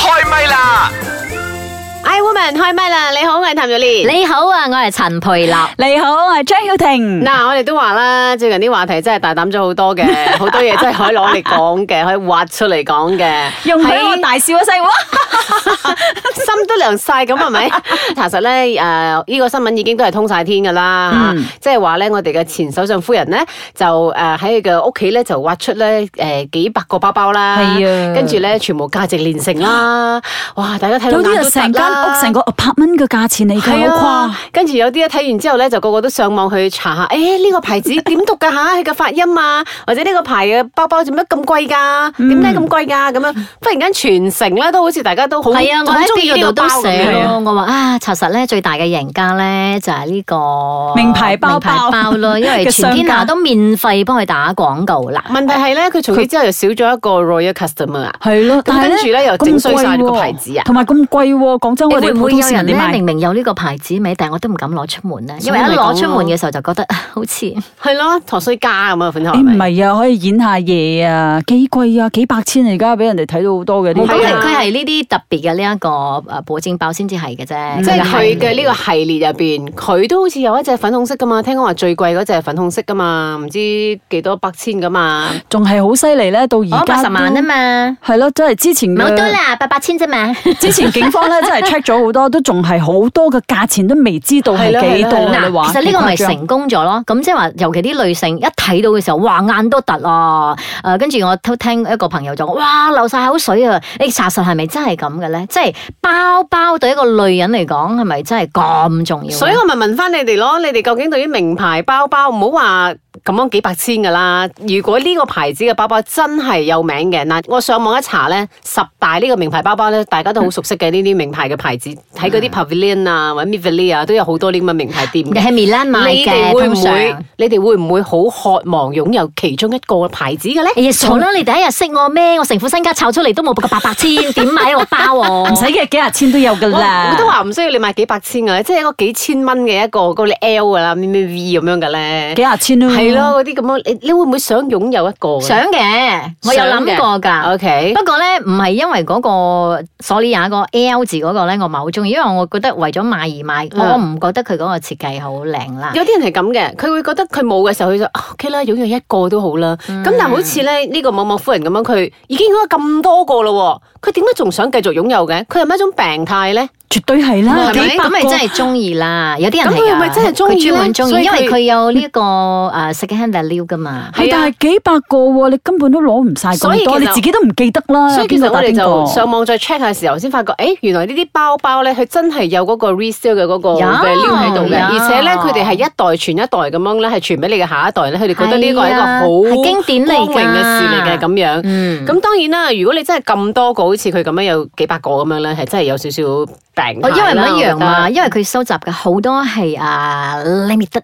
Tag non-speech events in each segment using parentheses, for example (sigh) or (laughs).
啦！ I woman 開唛啦！你好，我係譚玉蓮。你好啊，我係陳培立。你好，我係張曉婷。嗱，我哋都話啦，最近啲話題真係大膽咗好 (laughs) 多嘅，好多嘢真係可以攞嚟講嘅，可以挖出嚟講嘅。容許我喺大笑一聲，哇！ (laughs) 心都涼晒咁係 (laughs) 咪？查實咧，誒、呢、個新聞已經都係通晒天㗎啦，嗯嚇即係話咧，我哋嘅前首相夫人咧就誒喺佢嘅屋企咧就挖出咧誒、幾百個包包啦，係啊跟住咧全部價值連城啦，哇！大家睇到有啲眼就都成突間啦屋成個八蚊嘅價錢嚟係啊嘅，好誇。！啊跟住有啲一睇完之後咧，就個個都上網去查下，誒、 (laughs) 哎呢、個牌子點讀㗎 (laughs) 吓？佢嘅發音啊，或者呢個牌嘅包包做乜咁貴㗎？嗯點解咁貴㗎？咁樣忽然間全城咧都好似大家都好係啊，我好喺中意邊呢度個包都咁寫樣。咯。我話啊，查實咧最大嘅贏家咧就係呢個名牌包包名牌包咯，因為嘅全商家天下都免費幫佢打廣告啦。問題係咧，佢從此之後又少咗一個 royal customer 啊。係咯，但係跟住咧又整衰晒呢個牌子啊同埋咁貴喎，講真，會我哋唔普會通有市民人你咧買明明有呢個牌子名，但係我都唔敢攞出門咧，因為一所以咪攞講出咯門嘅時候就覺得啊好似係咯，陀衰家咁啊，款項誒係唔咪？係啊，可以演下嘢啊，幾貴啊，幾百千嚟噶，俾人哋睇到好多嘅咁啲。係係啊佢係呢啲特別嘅呢一個誒保證包先至係嘅啫，即係佢嘅呢個系列入邊，佢都好似有一隻粉紅色噶嘛，聽講話最貴嗰隻係粉紅色噶嘛，唔知幾多百千噶嘛。仲係好犀利咧，到我而八家十萬啊都嘛，係咯，真係之前嘅冇多啦， (laughs) 八八千啫嘛。 (laughs) 之前警方咧真係 check 咗好多，都仲係好多嘅價錢都未知道係幾係啦係啦多係啊！啦你話其實呢個咪幾誇張成功咗咯，咁即係話，尤其啲女性一睇到嘅時候，哇眼都突啊！誒、跟住我都聽一個朋友就講，哇流晒口水啊！你查實係咪真係咁嘅咧？即係包包對一個女人嚟講，係咪真係咁重要呢？所以我咪問翻你哋咯，你哋究竟對於名牌包包，唔好話咁樣幾百千噶啦。如果呢個牌子嘅包包真係有名嘅，嗱，我上網一查咧，十大呢個名牌包包咧，大家都好熟悉嘅呢啲名牌嘅牌子，喺嗰啲 Pavilion 啊或者 Mivali 啊，都有好多呢咁嘅名牌店你 (laughs) 嘅。喺 Milan 買你哋嘅，會唔通常。會？你哋會唔會好渴望擁有其中一個牌子嘅咧？哎呀，傻啦！你第一日識我咩？我成副身家湊出嚟都冇個八百千，點買個包唔喎？使嘅幾廿千都有噶我啦。我都話唔需要你買幾百千嘅，即係一個幾千蚊嘅一個嗰啲 L 噶啦，咩咩 V 咁樣嘅咧幾。廿千咯，啊係。咯，嗰啲咁樣，你你會唔會嗯想擁有一個嘅？想嘅，我有諗過㗎。 O K，不過咧，唔係因為嗰個索利亞個 L 字嗰個咧，我唔係好中意，因為我覺得為咗買而買，嗯我唔覺得佢嗰個設計好靚啦。有啲人係咁嘅，佢會覺得佢冇嘅時候，佢就啊 OK 啦，擁有一個都好啦。咁、但係好似咧呢、呢個某某夫人咁樣，佢已經擁有咁多個咯喎，佢點解仲想繼續擁有嘅？佢係咪一種病態咧？絕對係啊啦，係咪幾百咁咪個真係中意啦，有啲人係咁佢㗎咪真係鍾意咧佢專門中所意，以因佢為佢有呢個誒 second hand value 噶嘛。係啊係，但係幾百個喎，你根本都攞唔晒所以其咁實多，你自己都唔記得啦。所以其邊實個打我哋邊就個上網再 check 下嘅時候，先發覺，誒、原來呢啲包包咧，佢真係有嗰個 resale 嘅嗰個有 value 喺度嘅，有而且咧佢哋係一代傳一代咁樣咧，係傳俾你嘅下一代咧，佢哋覺得呢個係一個係啊好係經典嚟㗎光榮嘅事嚟嘅咁樣。嗯，咁當然啦，如果你真係咁多個，好似佢咁樣有幾百個咁樣咧，係真係有少少病態啦。我哦因為唔一樣嘛，我覺因為佢收集嘅好多係啊 limited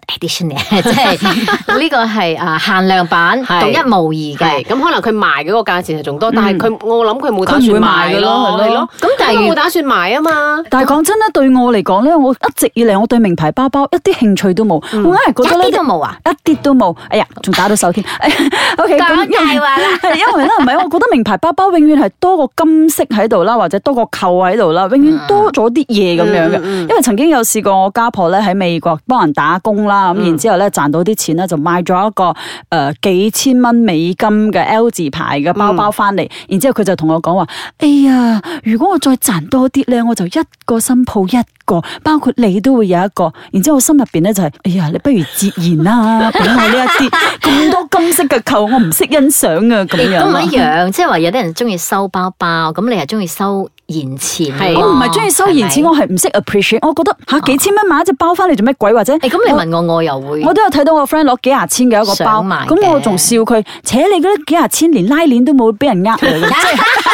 (laughs) edition 嘅，即係呢個係啊限量版，係獨一無得。二係嘅。咁，可能佢賣嗰個價錢係仲多，但係佢我嗯諗佢冇打佢唔算會賣賣咯，咯係咯係咯。咁但係因為如冇打算賣啊嘛。但係講真咧，對我嚟講咧，我一直以嚟我對名牌包包一啲興趣都冇，嗯我硬係覺得呢一啲都冇啊！一啲都冇，哎呀，仲打到手添。O (laughs) K，講大話啦， (laughs) 係因為咧，唔係我覺得名牌包包永遠係多個金色喺度啦，或者多個扣喺度啦，永嗯遠多咗啲嘢咁樣嘅。嗯因為曾經有試過我家婆咧喺美國幫人打工啦，咁、嗯然之後咧賺到啲錢咧就買咗一個誒、呃、幾千蚊美金嘅 L 字牌嗯嘅包包翻嚟，然之後佢就同我講話：哎呀，如果我再賺多啲咧，我就一個新抱一個，包括你都會有一個。然之後我心入邊咧就係、哎呀，你不如截然 (laughs) 啦，俾我呢一啲咁多金色嘅扣，我唔識欣賞啊，咁亦樣都哎唔咯。一樣，即係話有啲人中意收包包，咁你係中意收現錢係喎。我唔係中意收現錢，係咪我係唔識 appreciate。我覺得嚇幾千蚊買一隻包翻嚟做咩鬼？或者誒哦咁你問我，我又會。我都有睇到我 friend 攞幾廿千嘅一個包，想買嘅咁我仲笑佢，扯你嗰啲幾廿千連拉鏈都冇俾人呃 (laughs) 你，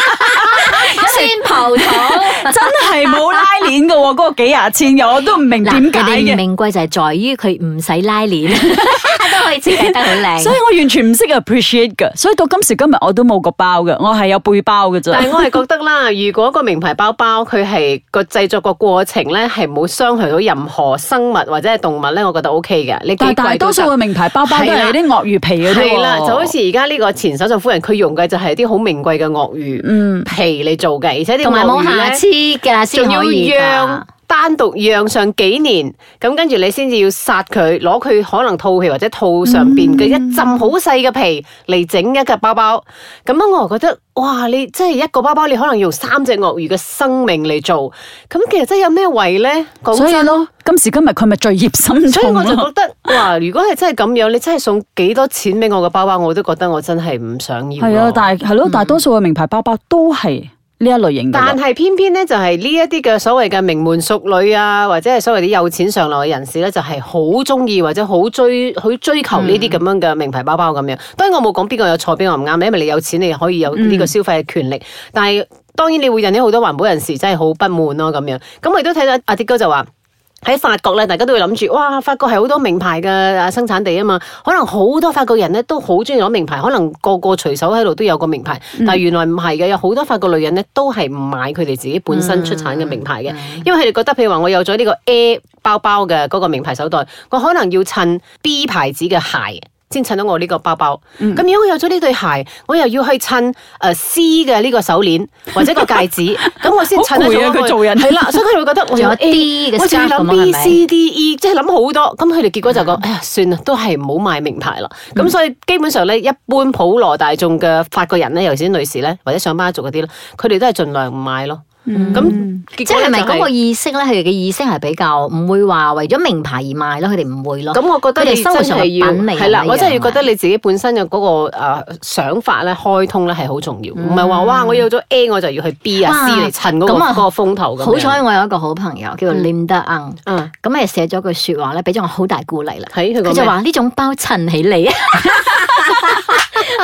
啊先葡萄。真係冇拉鏈嘅喎，嗰 (laughs) 個幾廿千嘅我都唔明嗱， (laughs) 點人哋解唔嘅。名貴就係在於佢唔使拉鏈，都 (laughs) 可以設計得好靚。所以我完全唔識 appreciate 噶，所以到今時今日我都冇個包嘅，我係有背包嘅咋但。係 (laughs) 我係覺得啦，如果個名牌包包佢係個製作個過程咧係冇傷害到任何生物或者係動物咧，我覺得 O K 嘅。你幾但係大貴多都數得嘅。名牌包包都係係啦啲鱷魚皮嗰啲喎係啦，就好似而家呢個前首相夫人，佢用嘅就係啲好名貴嘅鱷魚、嗯皮嚟做嘅，而且啲同埋冇鱷魚瑕呢疵㗎，先仲要可以㗎養。單獨養上幾年，咁跟住你先至要殺佢，攞佢可能套皮或者套上邊嗯嘅一浸好細嘅皮嚟整一個包包。咁樣我又覺得，哇！你真係一個包包，你可能用三隻鱷魚嘅生命嚟做，咁其實真係有咩為呢？講所以真。咯，今時今日佢咪罪孽 (laughs) 深所以重我就咯覺。得，哇！如果係真係咁樣，你真係送幾多錢俾我嘅包包，我都覺得我真係唔想要咯。係啊，但係係咯，大多數嘅名牌包包都係呢一類型嘅但咯。係偏偏咧就係呢一啲嘅所謂嘅名門淑女啊，或者係所謂啲有錢上流嘅人士咧，就係好中意或者好追好追求呢啲咁樣嘅名牌包包咁樣。當然我冇講邊個有錯邊個唔啱，因為你有錢你可以有呢個消費嘅權利，但係當然你會引起好多環保人士真係好不滿咯咁樣。咁我亦都睇到阿迪哥就話。喺法國咧，大家都會諗住，哇！法國係好多名牌嘅啊生產地啊嘛，可能好多法國人咧都好中意攞名牌，可能個個隨手喺度都有個名牌，嗯但係原來唔係嘅，有好多法國女人咧都係唔買佢哋自己本嗯身出產嘅名牌嘅，因為佢哋覺得譬如話我有咗呢個 A 包包嘅嗰個名牌手袋，我可能要襯 B 牌子嘅鞋。先襯到我呢個包包，咁、嗯如果我有咗呢對鞋，我又要去襯誒 C 嘅呢個手鏈或者個戒 (laughs) 指，咁我先襯得好攰咗啊我個佢做人係啦，所以佢哋會覺得我仲有 A D 嘅我仲要 scarf 諗咁啊係 B、咪 C、D、E，即係諗好多。咁佢哋結果就講：哎呀，算啦，都係唔好買名牌啦。嗯咁所以基本上咧，一般普羅大眾嘅法國人咧，尤其是女士咧，或者上班族嗰啲咧，佢哋都係盡量唔買咯。咁嗯即結果呢係咪就嗰個意識咧？佢哋嘅意識係比較唔會話為咗名牌而賣咯，佢哋唔會咯。咁我覺得佢你哋生真活上係嘅要品味係啦，我真係要覺得你你自己本身嘅嗰、個、呃、想法咧開通咧係好重要，唔係話哇我有咗 A 我就要去 B 啊嗯哇 C 嚟襯嗰個咁啊嗰個風頭咁樣。好彩我有一個好朋友叫做 Linda Ang，嗯，咁係寫咗句説話咧，俾咗我好大鼓勵啦。喺佢個佢 (laughs) 就咩話呢種包襯起你。 (laughs)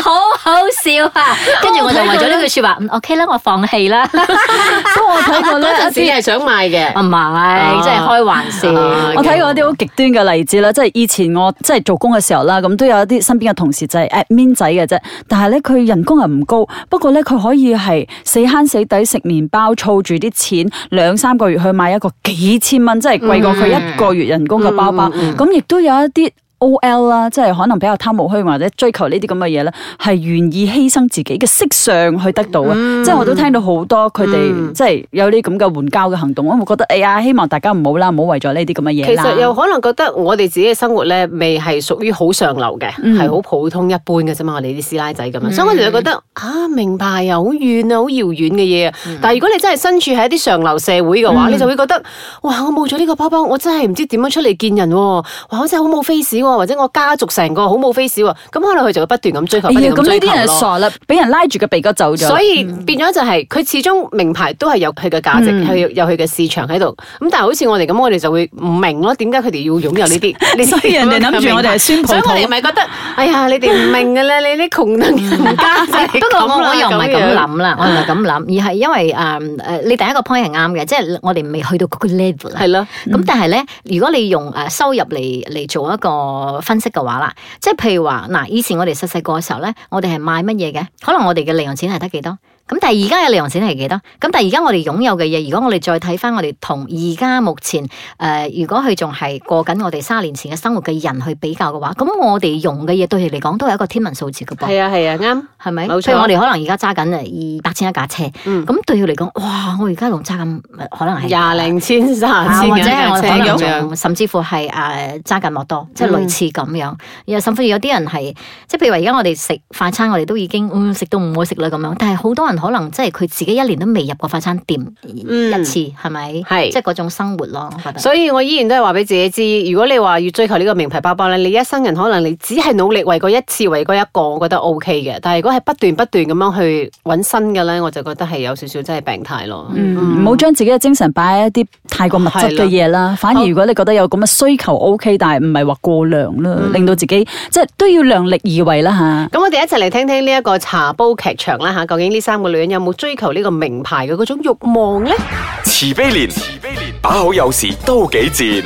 好好笑啊！跟住我就為咗呢句説話，嗯，OK 啦，我放棄啦，所以我睇過咧嗰陣時係想買嘅。 (laughs) 唔係，真係開玩笑。啊我睇過一啲好極端嘅例子啦，即係以前我即係做工嘅時候啦，咁都有一啲身邊嘅同事就係 admin 仔嘅啫，但係咧佢人工係唔高，不過咧佢可以係死慳死抵食麵包，儲住啲錢兩三個月去買一個幾千蚊，即係貴過佢一個月人工嘅包包。咁亦都有一啲。O.L. 啦，即係可能比較貪慕虛榮或者追求呢啲咁嘅嘢咧，係願意犧牲自己嘅色相去得到嘅。即係我都聽到好多佢哋、即係有啲咁嘅援交嘅行動，我會覺得哎呀，希望大家唔好啦，唔好為咗呢啲咁嘅嘢其啦。實又可能覺得我哋自己嘅生活咧，未係屬於好上流嘅，嗯係好、普通一般嘅啫嘛。我哋啲師奶仔咁樣，所以我哋就覺得啊，名牌又好遠啊，好遙遠嘅嘢啊。嗯但係如果你真係身處喺一啲上流社會嘅話，你就會覺得哇，我冇咗呢個包包，我真係唔知點樣出嚟見人喎、哇，我真係好冇 face 喎，或者我家族成個好冇 face 喎。咁可能佢就會不斷咁追求，哎不呀斷咁咁呢追求啲人咯傻啦，俾人拉住個鼻哥走咗。所以變咗就係佢始終名牌都係有佢嘅價值，佢有有佢嘅市場喺度。咁但係好似我哋咁，我哋就會唔明咯，點解佢哋要擁有呢啲？呢啲所以人哋諗住我哋係酸葡萄所以我哋咪覺得，哎呀，你哋唔明嘅啦，你啲窮人家仔 (laughs) 不過我我又唔係咁。諗啦，我唔係咁 (laughs) 諗，而係因為誒誒，你第一個 point 係啱嘅，即係我哋未去到嗰個 level 啊啦係。咯，咁但係咧，如果你用誒收入嚟嚟做一個分析嘅話啦，即係譬如話嗱，以前我哋細細個嘅時候咧，我哋係賣乜嘢嘅？可能我哋嘅利潤錢係得幾多？咁但係而家嘅利潤錢係幾多？咁但係而家我哋擁有嘅嘢，如果我哋再睇翻我哋同而家目前誒、呃如果佢仲係過緊我哋三十年前嘅生活嘅人去比較嘅話，咁我哋用嘅嘢對佢嚟講都係一個天文數字嘅噃。係啊係啊，啱。係咪？冇錯譬如我哋可能而家揸緊呃誒二百千一架車，咁、嗯對佢嚟講，哇！我而家仲揸緊，呃可能係廿零千、啊卅千或者係我嘅可車能咁樣。仲甚至乎係誒揸緊摩多，即係嗯類似咁樣。又甚至乎有啲人係，即係譬如話而家我哋食快餐，我哋都已經嗯食到唔好食啦咁樣。但係好多人可能即係佢自己一年都未入過快餐店嗯一次，係咪？係即係嗰種生活咯，我覺得。所以我依然都係話俾自己知，如果你話要追求呢個名牌包包咧，你一生人可能你只係努力為過一次，為過一個，我覺得 O K 嘅。但係如果係不斷不斷咁樣去揾新嘅咧，我就覺得係有少少真係病態咯。嗯唔好將自己嘅精神擺喺一啲太過物質嘅嘢啦，反而如果你覺得有咁嘅需求 O K，但係唔係話過量啦，令到自己即係都要量力而為啦吓。咁我哋一齊嚟聽聽呢一個茶煲劇場啦吓，究竟呢三個女人有冇追求呢個名牌嘅嗰種慾望咧？慈悲蓮，慈悲蓮，把好有時都幾賤。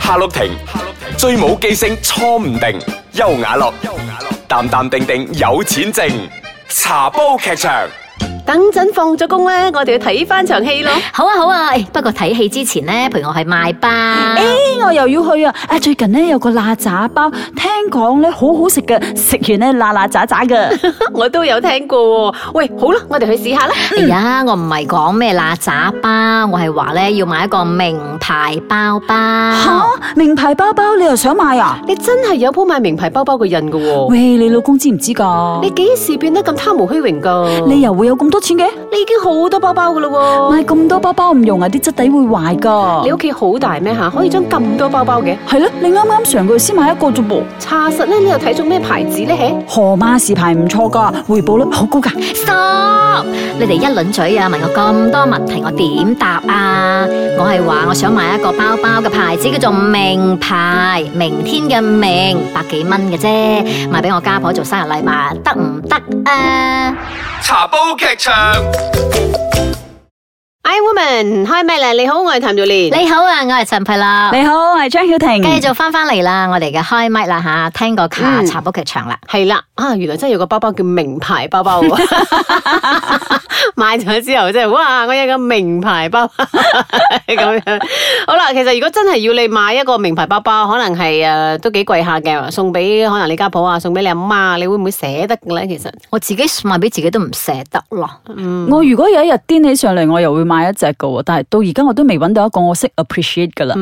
夏綠庭，夏綠庭，最冇記性錯唔定，優雅樂，優雅樂，淡淡定定有錢剩，茶煲劇場。等陣放咗工咧，我哋要睇翻場 (laughs) 戲咯。好啊好啊，誒不過睇戲之前咧，陪我去買包。 (laughs) 我又要去啊！啊，最近咧有個辣渣包，聽講咧好好食嘅，食完咧辣辣渣渣嘅。我都有聽過喎。喂，好啦，我哋去試下啦。哎呀，我唔係講咩嗱喳包，我係話咧要買一個名牌包包。吓，名牌包包你又想買啊？你真係有鋪買名牌包包嘅印㗎喎。喂，你老公知唔知噶你？幾時變得咁貪慕虛榮㗎？你又會有咁多錢嘅？你已經好多包包㗎咯喎。買咁多包包唔用啊，啲質地會壞噶你。屋企好大咩吓？可以將咁多包包嘅？係咯，你啱啱上個月先買一個啫噃，查實咧，你又睇中咩牌子咧？嘿河馬士牌唔錯噶，回報率好高噶。 Stop！你哋一輪嘴啊，問我咁多問題，我點答啊？我係話我想買一個包包嘅牌子叫做名牌，明天嘅明，百幾蚊嘅啫，買俾我家婆做生日禮物，得唔得啊？茶煲劇場。 ，I woman 開唛啦！你好，我係譚玉蓮。你好啊，我係陳佩樂。你好，我係張曉婷。繼續翻返嚟啦，我哋嘅開麥啦吓，聽過卡嗯茶煲劇場啦。係啦，啊，原來真係有個包包叫名牌包包喎， (laughs) 買咗之後真係，哇！我有個名牌包 (laughs) 包咁樣。好啦，其實如果真係要你買一個名牌包包，可能係诶、呃都幾貴下嘅，送俾可能你家婆啊，送俾你阿媽，你會唔會捨得嘅咧？其實我自己買俾自己都唔捨得咯。我如果有一日癲起上嚟，我又會買一隻噶喎，但係到而家我都未揾到一個我識 appreciate 噶啦。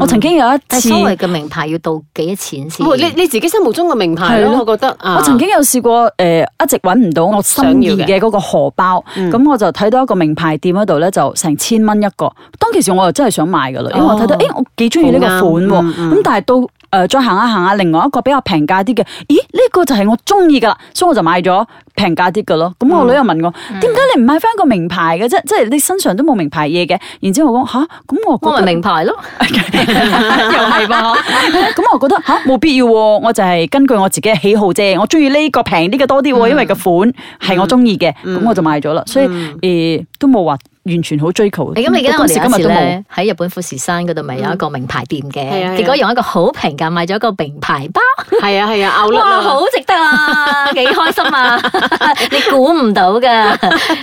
我曾經有一嗯但係次，所謂嘅名牌要到幾多錢先？哦你你自己心目中嘅名牌係咯，咯我覺得啊，我曾經有試過誒一直揾唔到我心意嘅嗰個荷包，咁我就睇到一個名牌店嗰度咧，就成千蚊一個。當其時我又真係想買噶啦，因為我睇到哦誒我幾中意呢個好款啱喎，咁但係到。誒、再行下行下，另外一個比較平價啲嘅，咦？呢、個就係我中意噶啦，所以我就買咗平價啲嘅咯。咁我女又問我：點解、你唔買翻個名牌嘅啫？即係你身上都冇名牌嘢嘅。然之後我講吓，咁我覺我得咪名牌咯。 (laughs) 又係吧？ (laughs) 咁我覺得吓冇必要喎，我就係根據我自己嘅喜好啫。我中意呢個平啲嘅多嗯啲喎，因為個款係我中意嘅，咁我就買咗啦。所以誒都冇話完全好追求。嗯你咁你記得我哋有一到今時次今日都冇。咧喺日本富士山嗰度咪有一個名牌店嗯係啊係啊嘅，結果用一個好平價買咗一個名牌包，係啊係啊，out 哇，啦。好值得 (laughs) 啊，幾開心啊！ (laughs) 你估唔到噶，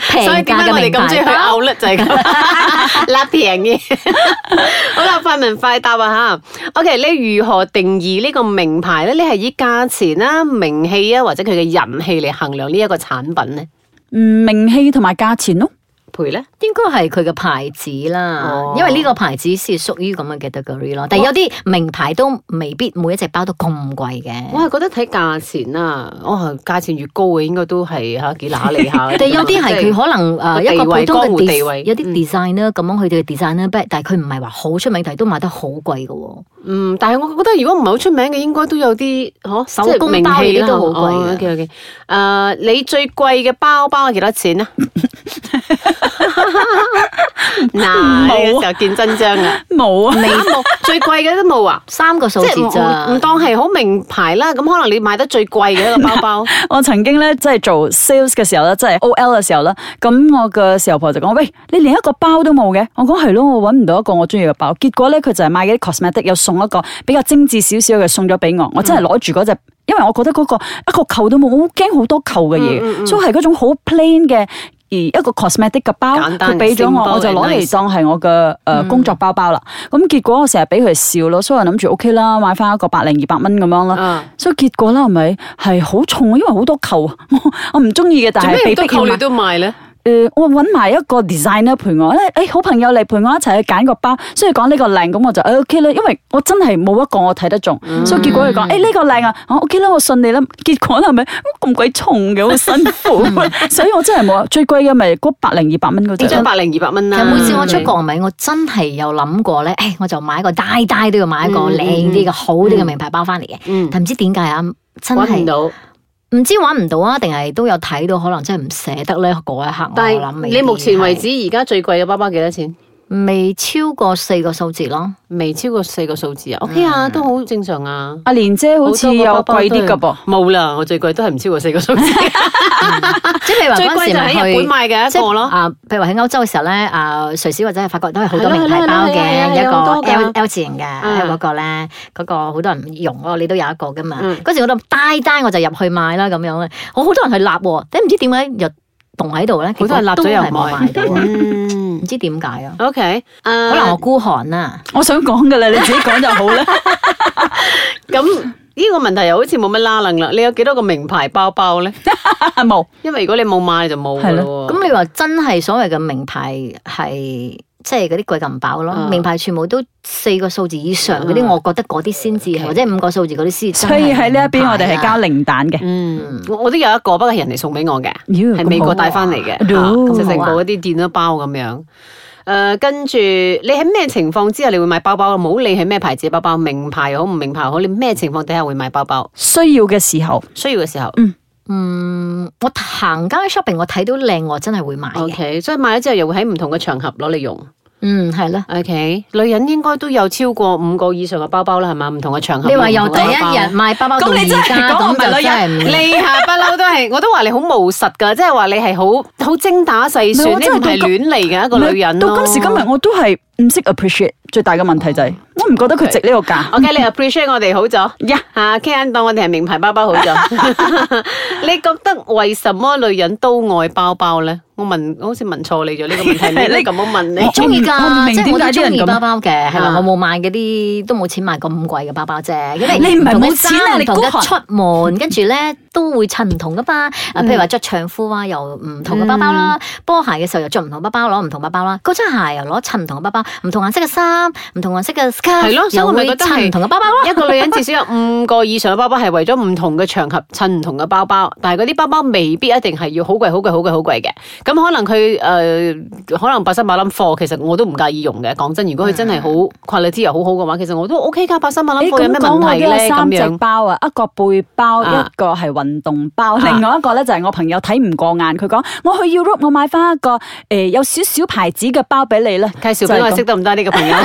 平所以價點解嘅我哋名咁中意牌去包。 outlet 就 (laughs) 係咁，拉平嘅。 (laughs) 好啦，快問快答啊吓。OK，你如何定義呢個名牌咧？你係以價錢啦、名氣啊，或者佢嘅人氣嚟衡量呢一個產品咧？嗯，名氣同埋價錢咯。賠咧？應該係佢嘅牌子啦哦，因為呢個牌子先屬於咁嘅 category 咯。但係有啲名牌都未必每一隻包都咁貴我嘅，係覺得睇價錢啊，哦，價錢越高嘅應該都係吓幾揦利下。 (laughs) 但係有啲係佢可能個誒地一個位普通江湖嘅地 des- 位有啲嗯 design 啦，咁樣佢哋嘅 design 啦，但係佢唔係話好出名，但係都賣得好貴嘅喎。嗯，但係我覺得如果唔係好出名嘅，應該都有啲嗬手工包嗰啲都好貴啊嘅 O K O K，誒，呃你最貴嘅包包係幾多錢啊？嗱，呢個時候見真章啊！冇啊，你冇最貴嘅都冇啊！三個數即係字唔咋，唔唔當係好名牌啦，咁可能你買得最貴嘅一個包包， (laughs) 我曾經咧即係做 sales 嘅時候咧，即係 OL 嘅時候咧，咁我嘅時候婆就講：喂，你連一個包都冇嘅。我講係咯，我揾唔到一個我中意嘅包。結果咧，佢就係買嗰啲 cosmetic，有送一個比較精緻少少嘅送咗俾嗯我。我真係攞住嗰只，因為我覺得嗰、個一個扣都冇，我好驚好多扣嘅嗯嘢，所以係嗰種好 plain 嘅。而一個 cosmetic 嘅包，簡單佢俾咗 simple 我，我就攞 and 嚟 nice 嗯當係我嘅誒、呃工作包包啦。咁、結果我成日俾佢笑咯，所以我諗住 OK 啦，買翻一個百零二百蚊咁樣啦。啊所以結果啦，係咪係好重啊？因為好多扣啊， (laughs) 我我唔中意嘅，但做係咩被都逼啊扣要買你。都買咧？誒、我揾埋一個 designer 陪我，誒、誒好朋友嚟陪我一齊去揀個包，所以講呢個靚，咁我就誒哎 OK 啦，因為我真係冇一個我睇得中，嗯所以結果佢講誒呢個靚啊，我 OK 啦，我信你啦。結果係咪哦咁鬼重嘅，好辛苦，嗯 (laughs) 所以我真係冇啊最貴嘅咪嗰百零二百蚊嗰一張隻。百零二百蚊其啦。實每次我出國米，我真係有諗過咧，誒，我就買一個大大都要買一個嗯嗯靚啲嘅、好啲嘅名牌包翻嚟嘅。嗯，但唔知點解啊，真揾唔係到，唔知揾唔到啊，定係都有睇到，可能真係唔捨得咧嗰一刻。但我諗係未你目前為必止而家最貴嘅包包幾多錢？係未超過四個數 (laughs) 字咯。未超過四個數字啊，OK 啊，都好正常啊。阿蓮姐好似有貴啲噶噃。冇啦，我最貴都係唔超過四個數字。即係譬如話最嗰陣貴時就喺咪日本去。買嘅即一個咯。啊，譬如話喺歐洲嘅時候咧，啊瑞士或者係法國都係好多係咯啊名牌係包咯係咯嘅，係一有好多個㗎 L L 字型嘅啊嗰個咧，嗰個好多人唔用咯，你都有一個噶嘛嗯。嗰時我都呆呆我就入去買啦咁樣咧，我好多人去立喎，但唔知點解又凍喺度咧，好多人立咗又唔結果都係冇買到啊， (laughs) 嗯唔知點解啊？ ，OK，可可能我孤寒啊，我想講噶啦，你自己講就好 (laughs) 啦。咁呢個問題又好似冇乜拉楞啦。你有幾多個名牌包包咧？冇，因為如果你冇買就冇噶係咯。咁你話真係所謂嘅名牌係即係嗰啲貴咁飽咯啊，名牌全部都四個數字以上嗰啲，啊我覺得嗰啲先至係，或者五個數字嗰啲先。所以喺呢一啊邊我哋係交。零蛋嘅。嗯，我我都有一個，不過係人哋送俾我嘅，妖係美國帶翻嚟嘅，咁好啊嚇啊咁就成好啊個嗰啲電咗包咁樣。誒、跟住你喺咩情況之下你會買包包？唔好理係咩牌子嘅包包，名牌又好唔名牌又好，你咩情況底下會買包包？需要嘅時候，需要嘅時候。嗯，我行街 shopping，我睇到靚，我真係會買 O、嘅。 k 所以買咗之後又會喺唔同嘅場合攞嚟用。嗯，係咯。 O、k 女人應該都有超過五個以上嘅包包啦，係嘛？唔同嘅場合。你話由唔第同一嘅包包日買包包到咁而你真係家， (laughs) 講我咁唔係就真係唔。你下不嬲都係，我都話你好務實㗎，即係話你係好好精打細算，唔係我你真係唔係到亂嚟嘅一個女人到今時今日我都係唔識 appreciate，最大嘅問題就係我唔覺得佢值呢個價。 ，OK，你 appreciate 我哋好咗。呀，吓 k e n 当我哋係名牌包包好 (laughs) 咗。 (laughs) 你覺得為什麼女人都愛包包咧？我問，我好似問錯你咗呢個問題，你咁樣問你我。中意我唔我唔㗎，明即係我點都解啲中人意咁包包嘅，係啊啦，我冇買嗰啲都冇錢買咁貴嘅包包啫，因為你唔係同嘅冇錢啊衫你唔同孤嘅寒出門，跟住咧都會襯唔同噶嘛。嗯啊，譬如話着長褲啊，又唔同嘅包包啦；波鞋嘅時候又着唔同包包，攞唔同包包啦；高踭鞋又攞襯唔同嘅包包，唔同顏色嘅衫，唔同顏色嘅 scarf，係咯所以我又咪會覺得係襯唔同嘅包包 (laughs) 咯。一個女人至少有五個以上嘅包包係為咗唔同嘅場合襯唔同嘅包包，但係嗰啲包包未必一定係要好貴、好貴、好貴、好貴嘅。咁可能佢誒、呃可能百三百冧貨，其實我都唔介意用嘅。講真，如果佢真係好 quality 又好好嘅話，其實我都 OK 㗎。百三百冧啊你貨有咁咩講問我題已經有咧？咁三隻樣包啊，一個背包，啊一個係運動包，另外一個咧就係我朋友睇唔過眼，佢講我去 Europe 我買翻一個誒有少少牌子嘅包俾你啦。介紹俾我識得唔得呢個朋友？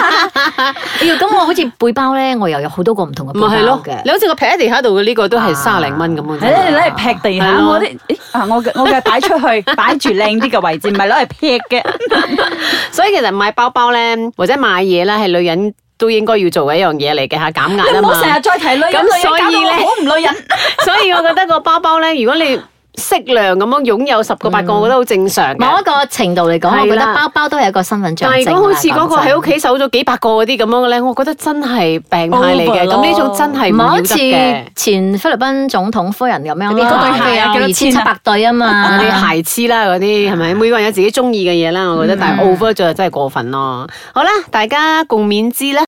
哎呀，咁我好似背包咧，我又有好多個唔同嘅背咪係包 (laughs) 咯嘅，。你好似個劈喺地下度嘅呢個都係啊三零蚊咁嘅啫。係咧，你攞嚟劈係地下，咯我啲咦啊，我嘅我嘅擺出去，擺住靚啲嘅位置，唔係攞嚟劈 (laughs) 嘅。所以其實買包包咧，或者買嘢咧，係女人都應該要做嘅一樣嘢嚟嘅嚇，減壓你啊唔嘛。好成日再提女人，咁女人所以搞到我呢好唔女人。所以我覺得個包包咧，如果你適量咁樣擁有十個八個，嗯我覺得好正常嘅。某一個程度嚟講，我係覺啦得包包都係一個身份象但徵啦。係啊如果好似嗰個講真喺屋企搜咗幾百個嗰啲咁樣嘅咧，我覺得真係病態嚟嘅。 Over 咯咁呢種真係唔唔係要好得似嘅。前菲律賓總統夫人咁樣你嗰啦，對鞋啊有幾二多千錢七啊百對啊嗯嘛嗰。啲鞋痴啦，嗰啲係咪？每個嗯人有自己中意嘅嘢啦，我覺得，但係 over 咗就真係過分咯。好啦，大家共勉之啦。